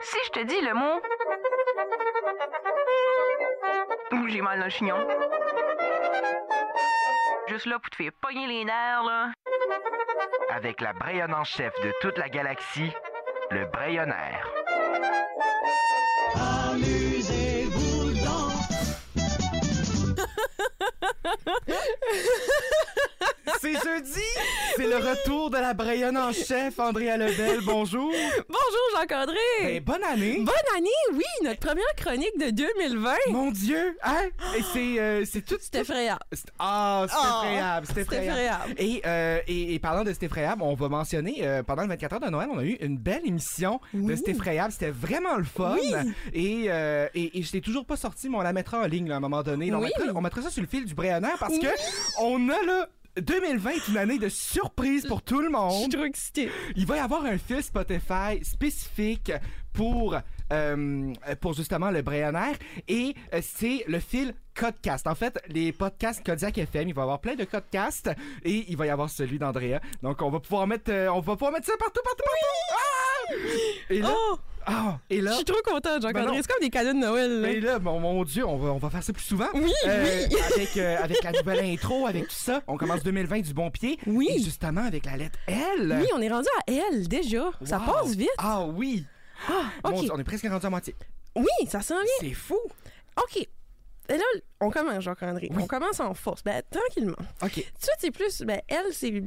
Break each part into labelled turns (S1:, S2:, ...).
S1: Si je te dis le mot. Ouh, j'ai mal dans le chignon. Juste là pour te faire pogner les nerfs, là.
S2: Avec la Brayonne en chef de toute la galaxie, le Brayonnaire.
S3: Amusez-vous
S4: C'est jeudi!
S5: C'est le retour de la Brayonne en chef, Andrea Lebel. Bonjour.
S4: Bonjour, Jean-Candré!
S5: Ben, bonne année.
S4: Bonne année, oui! Notre première chronique de 2020.
S5: Mon Dieu. Hein? Et c'est, euh, c'est tout.
S4: C'est effrayant.
S5: c'est- Ah, c'est
S4: Oh,
S5: effrayable. C'est
S4: c'est
S5: effrayable.
S4: effrayable.
S5: Et, euh, et, et parlant de c'est effrayable, on va mentionner, euh, pendant le 24 heures de Noël, on a eu une belle émission de
S4: Oui.
S5: c'est effrayable. C'était vraiment le fun. Et, euh, et, et je l'ai toujours pas sorti, mais on la mettra en ligne, là, à un moment donné. Là, on,
S4: Oui.
S5: mettra, on mettra ça sur le fil du Brayonnaire parce que on a là 2020 est une année de surprise pour tout le
S4: Je suis
S5: monde.
S4: trop excitée.
S5: Il va y avoir un fil Spotify spécifique pour euh, pour justement le Brayonnaire et euh, c'est le fil Codcast. En fait, les podcasts Kodiak FM, il va y avoir plein de podcasts et il va y avoir celui d'Andrea. Donc on va pouvoir mettre euh, on va pouvoir mettre ça partout partout partout. Ah! Et là,
S4: Oh!
S5: ah! et
S4: Je
S5: là
S4: suis trop contente,
S5: Ben non.
S4: Jean-Candré. C'est comme des cadeaux de Noël, là.
S5: mais là, mon, mon Dieu, on va, on va faire ça plus souvent.
S4: Oui, oui.
S5: Avec, euh, avec la nouvelle intro, avec tout ça. On commence 2020 du bon pied.
S4: Oui.
S5: Et justement, avec la lettre L.
S4: Oui, on est rendu à elle, déjà. Ça
S5: Wow.
S4: passe vite. Ah,
S5: Ah oui.
S4: OK.
S5: Mon Dieu, on est presque rendu à moitié.
S4: Oui, ça sent bien.
S5: C'est fou.
S4: OK. Et là, on commence, Jean-Candré.
S5: Oui.
S4: On commence en force. Ben, tranquillement.
S5: OK.
S4: Tu vois, c'est plus... Ben, elle, c'est...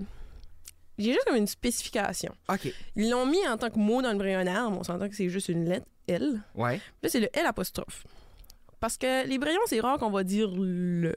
S4: J'ai juste comme une spécification.
S5: OK.
S4: Ils l'ont mis en tant que mot dans le brayonnard, mais on s'entend que c'est juste une lettre, L.
S5: Ouais.
S4: Là, c'est le L apostrophe. Parce que les brayons, c'est rare qu'on va dire le.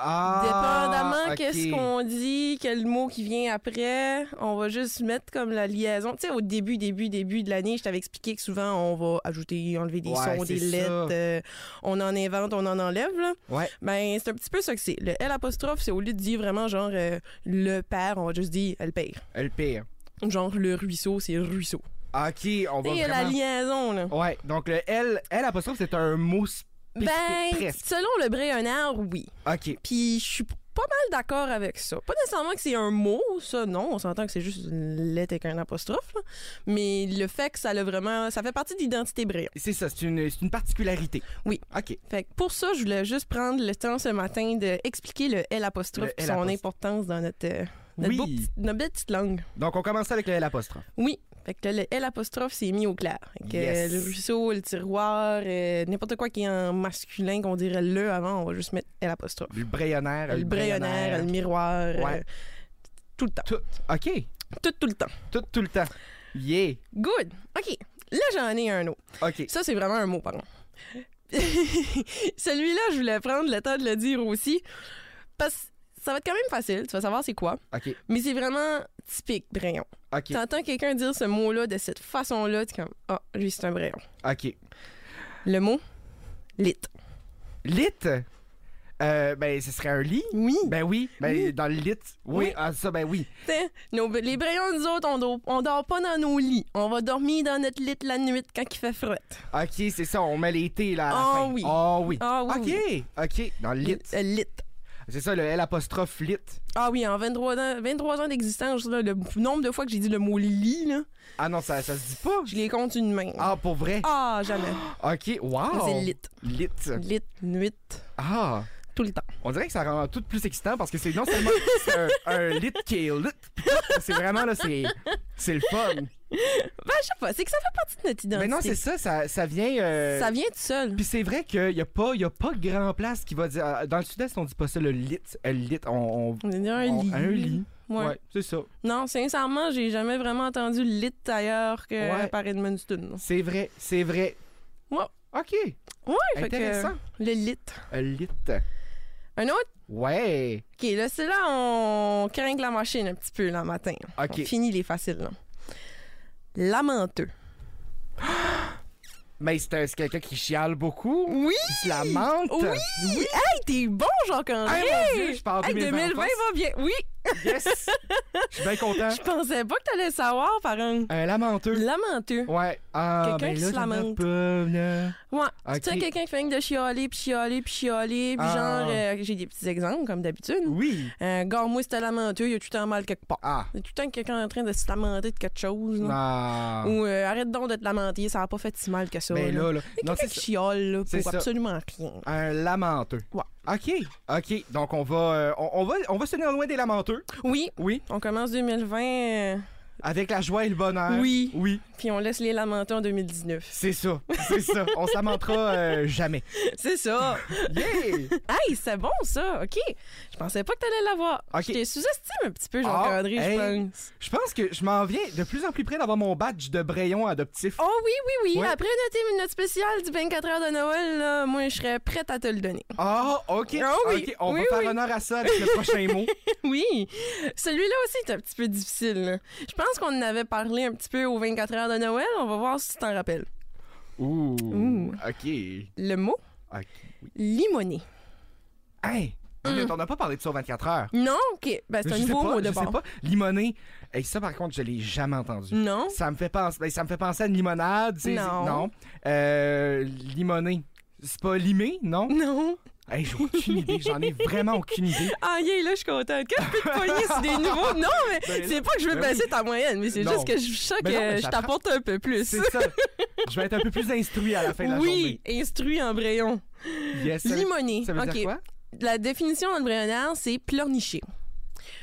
S4: Dépendamment
S5: Ah, ok.
S4: qu'est-ce qu'on dit, quel mot qui vient après, on va juste mettre comme la liaison. Tu sais, au début, début, début de l'année, je t'avais expliqué que souvent, on va ajouter, enlever des
S5: Ouais,
S4: sons, des
S5: c'est ça.
S4: lettres, euh, on en invente, on en enlève, là.
S5: Ouais.
S4: Ben, c'est un petit peu ça que c'est. Le L apostrophe, c'est au lieu de dire vraiment genre euh, le père, on va juste dire le père.
S5: Le pire.
S4: Genre le ruisseau, c'est ruisseau.
S5: OK, on va
S4: Et la
S5: vraiment...
S4: liaison, là.
S5: Ouais, donc le L, L apostrophe, c'est un mot spécifique.
S4: Ben,
S5: presque.
S4: selon le Brayonnard, oui.
S5: OK.
S4: Puis je suis pas mal d'accord avec ça. Pas nécessairement que c'est un mot, ça, non. On s'entend que c'est juste une lettre avec un apostrophe. là. Mais le fait que ça l'a vraiment. Ça fait partie de l'identité Brayon.
S5: C'est ça, c'est une, c'est une particularité.
S4: Oui.
S5: OK.
S4: Fait que pour ça, je voulais juste prendre le temps ce matin d'expliquer le L apostrophe
S5: Le
S4: et
S5: L
S4: son
S5: apostrophe.
S4: importance dans notre, euh, notre,
S5: Oui.
S4: beau petit- notre belle petite langue.
S5: Donc, on commence avec le L apostrophe.
S4: Oui. Fait que le L apostrophe s'est mis au clair. Fait que,
S5: Yes.
S4: euh, le ruisseau, le tiroir, euh, n'importe quoi qui est en masculin qu'on dirait le avant, on va juste mettre L apostrophe.
S5: Le brayonnaire.
S4: Le brayonnaire, le miroir,
S5: Ouais.
S4: euh, tout le temps.
S5: Tout. OK.
S4: Tout, tout le temps.
S5: Tout, tout le temps. Yeah.
S4: Good. OK. Là, j'en ai un autre.
S5: OK.
S4: Ça, c'est vraiment un mot, pardon. Celui-là, je voulais prendre le temps de le dire aussi. Parce que ça va être quand même facile. Tu vas savoir c'est quoi.
S5: OK.
S4: Mais c'est vraiment typique, Brayon.
S5: OK.
S4: T'entends quelqu'un dire ce mot-là de cette façon-là, tu es comme Ah, lui, c'est un Brayon.
S5: OK.
S4: Le mot lit.
S5: Lit. Euh, ben, ce serait un lit.
S4: Oui.
S5: Ben oui. Ben,
S4: Oui.
S5: dans le lit. Oui.
S4: Oui.
S5: Ah, ça, ben oui.
S4: T'sais, Hein? nos- les Brayons, nous autres, on, do- on dort pas dans nos lits. On va dormir dans notre lit la nuit quand il fait froid.
S5: OK, c'est ça. On met l'été, là. à la
S4: Ah
S5: fin.
S4: oui.
S5: Ah oui.
S4: Ah oui. oui. Euh,
S5: OK. OK. Dans le lit.
S4: Le lit.
S5: C'est ça, le L apostrophe lit.
S4: Ah oui, en 23 ans, 23 ans d'existence, là, le nombre de fois que j'ai dit le mot lit, là,
S5: Ah non, ça, ça se dit pas.
S4: je les compte une main.
S5: Ah, pour vrai.
S4: Ah, jamais.
S5: OK. Wow.
S4: C'est lit.
S5: Lit.
S4: Lit, nuit,
S5: Ah.
S4: tout le temps.
S5: On dirait que ça rend tout plus excitant parce que c'est non seulement c'est un, un lit qui est lit, pis tout, c'est vraiment là, c'est, c'est le fun.
S4: Ben, je sais pas, c'est que ça fait partie de notre identité.
S5: Mais non, c'est ça, ça, ça vient. euh,
S4: Ça vient tout seul.
S5: Puis c'est vrai qu'il n'y a pas, y a pas grand place qui va dire. ah, Dans le sud-est, on dit pas ça, le lit. euh, lit, on. on-
S4: On est dans un
S5: on-
S4: lit.
S5: un lit.
S4: Ouais.
S5: c'est ça.
S4: Non, sincèrement, j'ai jamais vraiment entendu lit ailleurs que
S5: Ouais.
S4: par Edmundston.
S5: C'est vrai, c'est vrai.
S4: Ouais.
S5: OK.
S4: Ouais, fait que,
S5: Intéressant.
S4: le lit.
S5: Un lit.
S4: Un autre.
S5: Ouais.
S4: Ok, là, c'est là, on craint la machine un petit peu, là, matin.
S5: OK.
S4: On finit les faciles, là. Lamenteux.
S5: Mais c'est, un- c'est quelqu'un qui chiale beaucoup.
S4: Oui!
S5: Qui se lamente.
S4: Oui! Hey, t'es bon, Jean-Candré!
S5: Hey, mon Dieu, je parle
S4: Hey,
S5: 2020
S4: 2020 va bien. Oui,
S5: Yes. Je suis bien content.
S4: je pensais pas que t'allais savoir par un
S5: Un lamenteux.
S4: lamenteux.
S5: Ouais. Ah,
S4: Quelqu'un
S5: ben
S4: qui
S5: là,
S4: se
S5: j'en ai
S4: lamente.
S5: pas, là.
S4: Ouais,
S5: Ok.
S4: Tu sais, quelqu'un qui fait rien que de chialer, puis chialer, puis chialer, puis
S5: Ah.
S4: genre, euh, j'ai des petits exemples, comme d'habitude.
S5: Oui.
S4: Euh, Garde-moi, c'est lamenteux, il y a tout le temps mal quelque part.
S5: Ah.
S4: Il y a tout le temps quelqu'un en train de se lamenter de quelque chose. là.
S5: Ah.
S4: Ou euh, arrête donc de te lamenter, ça n'a pas fait si mal que ça.
S5: Ben
S4: là.
S5: là, là.
S4: Il y a
S5: Non,
S4: quelqu'un
S5: c'est
S4: qui
S5: ça.
S4: chiale là,
S5: C'est
S4: pour
S5: ça.
S4: absolument rien.
S5: un lamenteux.
S4: Ouais.
S5: OK. OK. Donc, on va, euh, on, on va, on va se tenir loin des lamenteux.
S4: Oui,
S5: Oui.
S4: on commence 2020, euh,
S5: Avec la joie et le bonheur.
S4: Oui.
S5: Oui.
S4: puis on laisse les lamenter en 2019.
S5: C'est ça. C'est ça. On s'en mentera euh, jamais.
S4: C'est ça!
S5: Yeah!
S4: hey, c'est bon ça! OK! Je pensais pas que t'allais l'avoir.
S5: OK.
S4: Je t'ai sous-estimé un petit peu, Jean-André,
S5: Ah, hey.
S4: je pense.
S5: Je pense que je m'en viens de plus en plus près d'avoir mon badge de Brayon adoptif.
S4: Oh oui, oui, oui!
S5: Ouais.
S4: Après notre, notre spécial du 24 heures de Noël, là, moi, je serais prête à te le donner.
S5: Ah, OK.
S4: Ah oui.
S5: OK. On
S4: Oui,
S5: va
S4: oui.
S5: faire honneur à ça avec le prochain mot.
S4: Oui, celui-là aussi est un petit peu difficile. là. Je pense qu'on en avait parlé un petit peu aux 24 heures de Noël. On va voir si tu t'en rappelles.
S5: Ouh.
S4: Ouh.
S5: OK.
S4: Le mot
S5: OK.
S4: limonée.
S5: Hey! Juliette, On n'a pas parlé de ça aux 24 heures.
S4: Non, ok. Ben, Mm. c'est un
S5: Je sais
S4: nouveau
S5: pas,
S4: mot de
S5: Je sais
S4: bord.
S5: pas. Limonée. Et ça, par contre, je l'ai jamais entendu.
S4: Non.
S5: Ça me fait penser, ben, ça me fait penser à une limonade. tu sais,
S4: Non.
S5: c'est- non. Euh, limonée. C'est pas limé, non?
S4: Non.
S5: Hey, j'ai aucune idée. J'en ai vraiment aucune idée.
S4: Ah, yeah, là, je suis contente. Quand je peux te poigner sur des nouveaux. Non, mais
S5: Ben,
S4: c'est pas que je veux
S5: ben
S4: baisser ta moyenne, mais c'est
S5: Non.
S4: juste que je sens que
S5: Ben non, mais
S4: je
S5: j'apprends.
S4: t'apporte un peu plus.
S5: C'est ça. Je vais être un peu plus instruit à la fin de la
S4: Oui, instruit en brayon.
S5: journée. Yes, ça veut-
S4: Limonée.
S5: Ça veut
S4: OK.
S5: dire quoi?
S4: La définition en brayonnaire, c'est pleurnicher.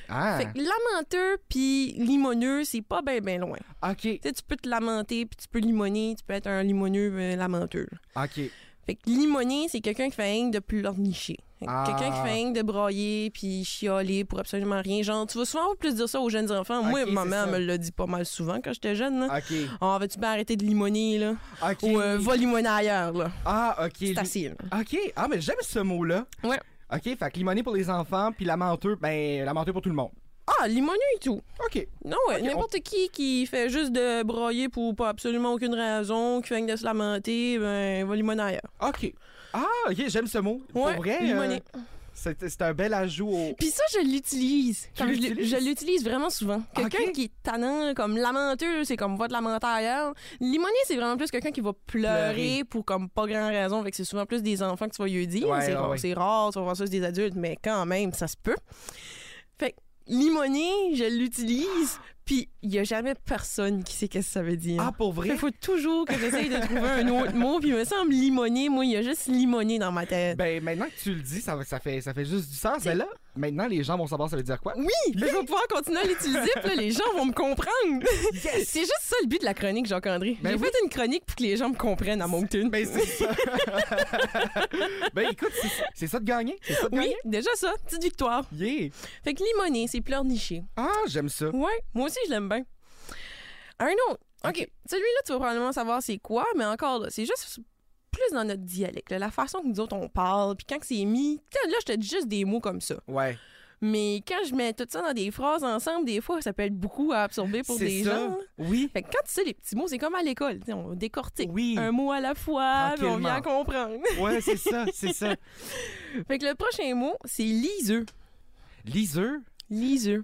S5: Ah,
S4: Fait que lamenteux puis limoneux, c'est pas bien, bien loin.
S5: OK.
S4: Tu sais, tu peux te lamenter, puis tu peux limoner, tu peux être un limoneux euh, lamenteux. là.
S5: OK.
S4: Fait que limoner, c'est quelqu'un qui fait rien que de pleurnicher. Fait que
S5: Ah.
S4: Quelqu'un qui fait rien que de brailler, puis chialer pour absolument rien. Genre, tu vas souvent plus dire ça aux jeunes enfants. Moi,
S5: Ok,
S4: ma
S5: c'est
S4: mère
S5: ça.
S4: me l'a dit pas mal souvent quand j'étais jeune. Là.
S5: OK.
S4: Ah, vas-tu bien arrêter de limoner, là?
S5: OK.
S4: Ou euh, va limoner ailleurs, là.
S5: Ah, OK.
S4: C'est
S5: Li-
S4: facile.
S5: OK. Ah, mais j'aime ce mot-là.
S4: Ouais.
S5: OK, fait que limonée pour les enfants, puis lamenteux, ben, lamenteux pour tout le monde.
S4: Ah, limoner et tout.
S5: OK.
S4: Non, ouais,
S5: Ok,
S4: n'importe qui qui fait juste de brailler pour pas absolument aucune raison, qui fait rien que de se lamenter, ben, va limoner ailleurs.
S5: OK. Ah, OK, j'aime ce mot. Pour
S4: Ouais,
S5: vrai,
S4: limonée.
S5: euh, c'est c'est un bel ajout au...
S4: Puis ça, je l'utilise.
S5: Tu
S4: Comme Je l'u-
S5: l'utilises? Ah,
S4: je l'utilise vraiment souvent. Quelqu'un
S5: Ok.
S4: qui est tannant, comme lamenteux, c'est comme va te lamenter ailleurs. Limonnier, c'est vraiment plus quelqu'un qui va pleurer,
S5: Pleurer.
S4: pour comme pas grand raison. Fait que c'est souvent plus des enfants que tu vas lui dire.
S5: Ouais,
S4: c'est
S5: ouais,
S4: rare-
S5: ouais.
S4: c'est rare, tu vas voir ça chez des adultes, mais quand même, ça se peut. Fait que limonnier, je l'utilise. Puis il y a jamais personne qui sait qu'est-ce que ça veut dire.
S5: Ah, pour
S4: il
S5: vrai?
S4: faut toujours que j'essaye de trouver un autre mot. Puis il me semble limonnier, moi, il y a juste limonnier dans ma tête.
S5: Ben, maintenant que tu le dis, ça, ça, fait, ça fait juste du sens.
S4: C'est-
S5: Mais là, maintenant, les gens vont savoir ça veut dire quoi.
S4: Oui, là, je vais pouvoir continuer à l'utiliser, puis là, les gens vont me comprendre. C'est juste ça le but de la chronique, Jacques-André.
S5: Ben
S4: J'ai
S5: oui.
S4: fait une chronique pour que les gens me comprennent à Moncton.
S5: Ben, c'est ça. ben, écoute, c'est- c'est ça de gagner. C'est ça de
S4: oui,
S5: gagner.
S4: déjà ça, petite victoire.
S5: Yeah.
S4: Fait que limoner, c'est pleurnicher.
S5: Ah, j'aime ça.
S4: Ouais, moi aussi, je l'aime bien. Un autre. OK, celui-là, tu vas probablement savoir c'est quoi, mais encore là, c'est juste plus dans notre dialecte, là, la façon que nous autres on parle, puis quand que c'est mis. Tiens, Là, je te dis juste des mots comme ça.
S5: Ouais.
S4: Mais quand je mets tout ça dans des phrases ensemble, des fois, ça peut être beaucoup à absorber pour
S5: C'est
S4: des
S5: ça.
S4: gens.
S5: Oui.
S4: Fait que quand tu sais les petits mots, c'est comme à l'école. tu sais, On décortique
S5: Oui.
S4: un mot à la fois, puis on vient à
S5: Tranquillement.
S4: comprendre.
S5: Ouais, c'est ça, c'est ça.
S4: fait que le prochain mot, c'est liseux.
S5: Liseux,
S4: Liseux.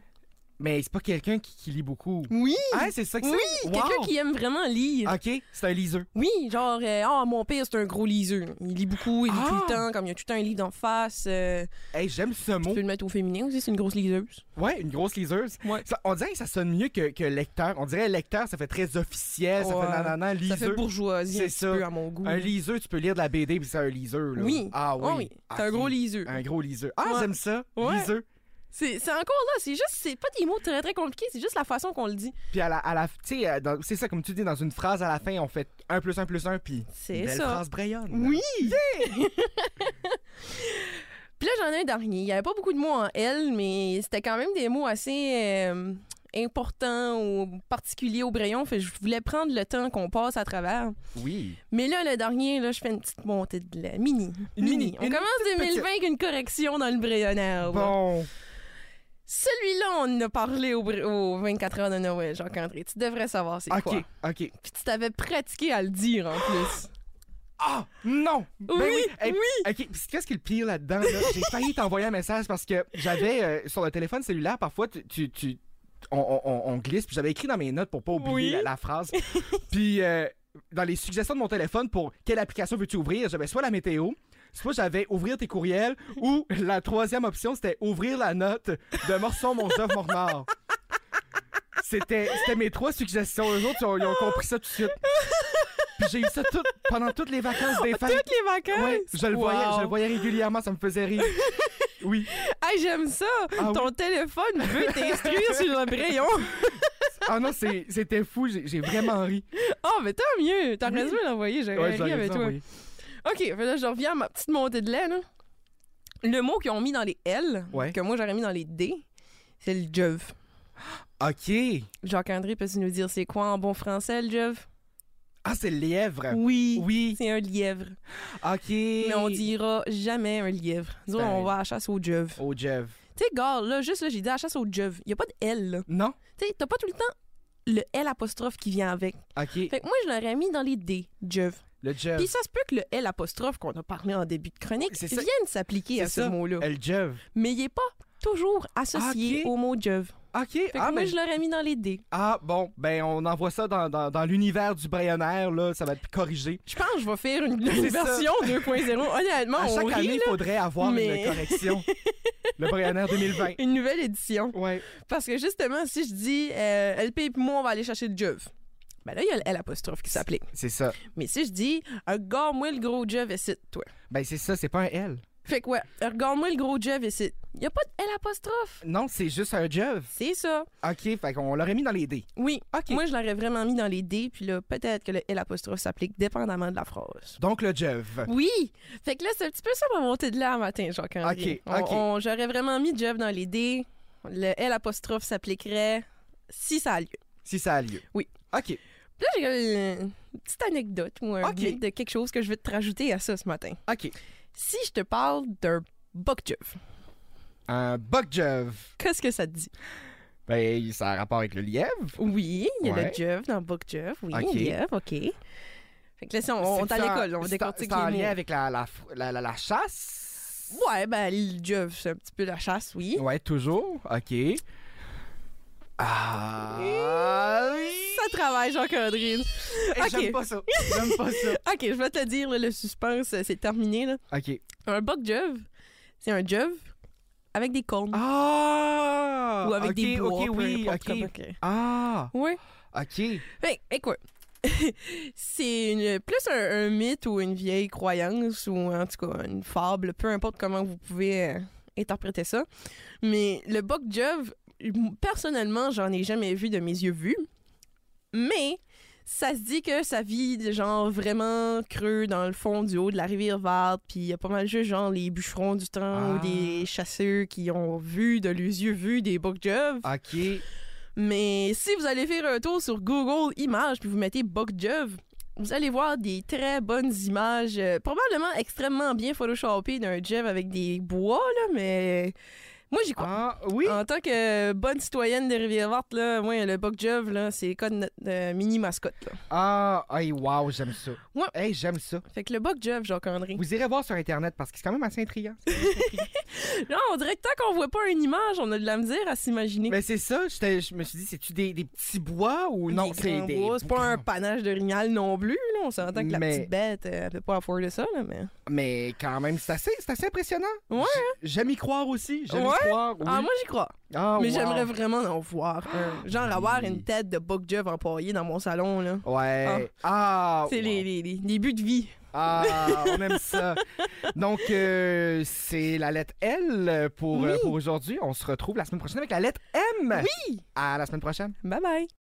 S5: mais c'est pas quelqu'un qui, qui lit beaucoup.
S4: Oui!
S5: Ah, c'est ça que
S4: oui!
S5: c'est?
S4: Quelqu'un
S5: Wow. Ah.
S4: qui aime vraiment lire.
S5: OK, c'est un liseux.
S4: Oui, genre, euh, ah, mon père, c'est un gros liseux. Il lit beaucoup, il lit
S5: Ah!
S4: tout le temps, comme il y a tout le temps un livre d'en face. euh,
S5: Hey, j'aime ce
S4: Tu
S5: mot.
S4: peux le mettre au féminin aussi, c'est une grosse liseuse.
S5: Ouais, une grosse liseuse.
S4: Ouais.
S5: Ça- on dirait que ça sonne mieux que, que lecteur. On dirait lecteur, ça fait très officiel, ça
S4: Ouais.
S5: fait nanana, liseux.
S4: Ça fait bourgeoisie un
S5: C'est
S4: petit
S5: ça.
S4: peu à mon goût.
S5: Un liseux, tu peux lire de la BD puis c'est un liseux. Là.
S4: Oui.
S5: Ah oui.
S4: Oh oui, c'est un
S5: Ok.
S4: gros liseux.
S5: Un gros liseux. Ah,
S4: Ouais.
S5: j'aime ça.
S4: Ouais.
S5: Liseux.
S4: C'est c'est encore là, c'est juste, c'est pas des mots très très compliqués, c'est juste la façon qu'on le dit.
S5: Puis à la, à la tu sais, euh, dans- c'est ça, comme tu dis, dans une phrase à la fin, on fait 1 plus 1 plus 1, puis.
S4: C'est
S5: Une Belle
S4: ça.
S5: phrase brayonne.
S4: Oui! Puis là, j'en ai un dernier. Il n'y avait pas beaucoup de mots en L, mais c'était quand même des mots assez euh, importants ou particuliers au Brayon. Fait que je voulais prendre le temps qu'on passe à travers.
S5: Oui.
S4: Mais là, le dernier, là, je fais une petite montée de la mini.
S5: Une
S4: mini.
S5: mini,
S4: On
S5: une
S4: commence
S5: petite
S4: 2020 avec une correction dans le Brayonnaire. là.
S5: Bon.
S4: Celui-là, on en a parlé au, Bra- au 24 heures de Noël, Jacques-André. Tu devrais savoir c'est
S5: OK,
S4: quoi.
S5: OK.
S4: Puis tu t'avais pratiqué à le dire en plus.
S5: Ah, non! Ben
S4: Oui,
S5: Hey,
S4: oui.
S5: OK, pis qu'est-ce qui est le pire là-dedans? Là? J'ai failli t'envoyer un message parce que j'avais, euh, sur le téléphone cellulaire, parfois, tu... tu- tu- on, on- on- on glisse, puis j'avais écrit dans mes notes pour pas oublier
S4: Oui.
S5: la, la phrase. Puis euh, dans les suggestions de mon téléphone pour quelle application veux-tu ouvrir, j'avais soit la météo, soit j'avais ouvrir tes courriels, ou la troisième option, c'était ouvrir la note de Morson, mon œuvre, mon art. C'était c'était mes trois suggestions. Eux autres, ils ont, ils ont compris ça tout de suite. Puis j'ai eu ça tout, pendant toutes les vacances des fêtes.
S4: Toutes les vacances.
S5: Ouais, je le
S4: Wow.
S5: voyais, je le voyais régulièrement, ça me faisait rire. Oui.
S4: Hey, j'aime ça.
S5: Ah
S4: Ton téléphone veut t'instruire sur le brayon.
S5: Ah non, c'est- c'était fou, j'ai j'ai vraiment ri.
S4: Oh, mais tant mieux. T'as raison de l'envoyer. J'aurais
S5: Ouais,
S4: ri
S5: j'aurais
S4: avec
S5: dû
S4: toi.
S5: envoyer.
S4: OK, fait là, je reviens à ma petite montée de lait. Là. Le mot qu'ils ont mis dans les L,
S5: Ouais.
S4: que moi j'aurais mis dans les D, c'est le jove.
S5: OK.
S4: Jacques-André, peux-tu nous dire c'est quoi en bon français, le jove?
S5: Ah, c'est le lièvre.
S4: Oui.
S5: Oui.
S4: C'est un lièvre.
S5: OK.
S4: Mais on dira jamais un lièvre. Nous, autres,
S5: Ben.
S4: on va à la chasse au jove.
S5: Oh, Jeff.
S4: Tu sais, gars, là, juste là, j'ai dit à la chasse au jove. Il n'y a pas de L, là.
S5: Non?
S4: Tu sais, t'as pas tout le temps le L apostrophe qui vient avec.
S5: OK.
S4: Fait que moi, je l'aurais mis dans les D, Jove.
S5: Le Jeff.
S4: Puis ça se peut que le L apostrophe qu'on a parlé en début de chronique
S5: Euh, C'est ça.
S4: vienne s'appliquer
S5: C'est
S4: à ce
S5: ça.
S4: mot-là.
S5: Le Jeff.
S4: Mais il n'est pas toujours associé
S5: Ah, Ok.
S4: au mot Jove.
S5: OK.
S4: Fait que
S5: ah,
S4: moi,
S5: mais-
S4: je l'aurais mis dans les D.
S5: ah, bon. Ben, on envoie ça dans, dans, dans l'univers du Brayonnaire, là. Ça va être corrigé.
S4: Je pense que je vais faire une, une
S5: C'est ça.
S4: version 2.0. Honnêtement,
S5: à
S4: Ah, on
S5: chaque
S4: rit,
S5: année, il
S4: là.
S5: faudrait avoir
S4: mais-
S5: une correction. le Brayonnaire 2020.
S4: une nouvelle édition.
S5: Ouais.
S4: Parce que justement, si je dis euh, LP et moi, on va aller chercher le Jove. Ben là, il y a le L apostrophe qui s'applique.
S5: C'est ça.
S4: Mais si je dis, regarde-moi le gros Jove ici, toi.
S5: Ben, c'est ça. C'est pas un L.
S4: Fait que ouais, regarde-moi le gros Jove ici. Il n'y a pas de L apostrophe.
S5: Non, c'est juste un Jeff.
S4: C'est ça.
S5: OK. Fait qu'on l'aurait mis dans les dés.
S4: Oui.
S5: OK.
S4: Moi, je l'aurais vraiment mis dans les D, puis là, peut-être que le L apostrophe s'applique dépendamment de la phrase.
S5: Donc, le E Jeff.
S4: Oui! Fait que là, c'est un petit peu ça ma montée de là matin, Jacques-André.
S5: OK, OK.
S4: On- on- J'aurais vraiment mis Jove dans les D. Le L apostrophe s'appliquerait si ça a lieu.
S5: Si ça a lieu.
S4: Oui.
S5: OK.
S4: Puis Là, j'ai comme une petite anecdote ou un
S5: Ok.
S4: bit de quelque chose que je vais te rajouter à ça ce matin.
S5: OK.
S4: Si je te parle d'un buckjuv,
S5: Un buck Jeff.
S4: qu'est-ce que ça te dit?
S5: Ben, ça a rapport avec le lièvre.
S4: Oui, il y a
S5: Ouais.
S4: le juv dans buckjuv, oui,
S5: Ok.
S4: juv, OK. Fait que là, si on, on est à
S5: C'est en-
S4: l'école, on
S5: c'est en-
S4: décortique
S5: C'est en
S4: les mots.
S5: lien avec la, la, fr- la, la- la chasse?
S4: Ouais, ben, le juv, c'est un petit peu la chasse, oui.
S5: Ouais, toujours. OK. Ah oui!
S4: Ça travaille, Jean-Candrine.
S5: Hey,
S4: ok.
S5: J'aime pas ça. J'aime pas ça.
S4: OK, je vais te le dire, là, le suspense, euh, c'est terminé. Là.
S5: OK.
S4: Un buckjuv, c'est un juv avec des cornes
S5: Ah!
S4: ou avec
S5: OK,
S4: des bois,
S5: OK,
S4: peu
S5: oui,
S4: importe
S5: OK.
S4: comment que-
S5: Ah!
S4: Ouais.
S5: OK.
S4: Ben, écoute, c'est une- plus un, un mythe ou une vieille croyance ou en tout cas une fable, peu importe comment vous pouvez euh, interpréter ça. Mais le buck Jove, m- personnellement, j'en ai jamais vu de mes yeux vus. Mais ça se dit que ça vit de genre vraiment creux dans le fond du haut de la rivière Varte, puis il y a pas mal juste genre les bûcherons du temps ou
S5: Ah.
S4: des chasseurs qui ont vu de leurs yeux vus des buck Jove.
S5: OK.
S4: Mais si vous allez faire un tour sur Google Images puis vous mettez Buckjove, vous allez voir des très bonnes images, euh, probablement extrêmement bien photoshopées d'un Jev avec des bois, là, mais moi j'y crois.
S5: Ah, oui!
S4: En tant que bonne citoyenne de Rivière-Verte, là, moi, le Buckjove, là, c'est comme notre euh, mini mascotte. là.
S5: Ah, hey, wow, j'aime ça.
S4: Ouais.
S5: Hey, j'aime ça.
S4: Fait que le Buckjove, Jacques-André.
S5: Vous irez voir sur Internet parce que c'est quand même assez intriguant.
S4: Là, on dirait que tant qu'on voit pas une image, on a de la misère à s'imaginer.
S5: Mais c'est ça, j'étais- je me suis dit, c'est-tu des, des petits bois ou
S4: Des
S5: non?
S4: grands bois, C'est pas un panache de rignal non plus. Là. On s'entend que la
S5: Mais-
S4: petite bête, euh, elle peut pas afforder ça. Là, mais...
S5: Mais quand même, c'est assez, c'est assez impressionnant.
S4: Ouais.
S5: J- J'aime y croire aussi. J'aime
S4: Ouais.
S5: y croire. Oui.
S4: Ah, moi, j'y crois.
S5: Ah,
S4: Mais
S5: wow. Ah,
S4: j'aimerais vraiment en voir un. Genre avoir une tête de Buck Jeff empaillée dans mon salon, là.
S5: Ouais. Ah.
S4: C'est
S5: wow.
S4: les, les, les débuts de vie.
S5: Ah, on aime ça. Donc, euh, c'est la lettre L pour, euh,
S4: Oui.
S5: pour aujourd'hui. On se retrouve la semaine prochaine avec la lettre M.
S4: Oui!
S5: À la semaine prochaine.
S4: Bye bye!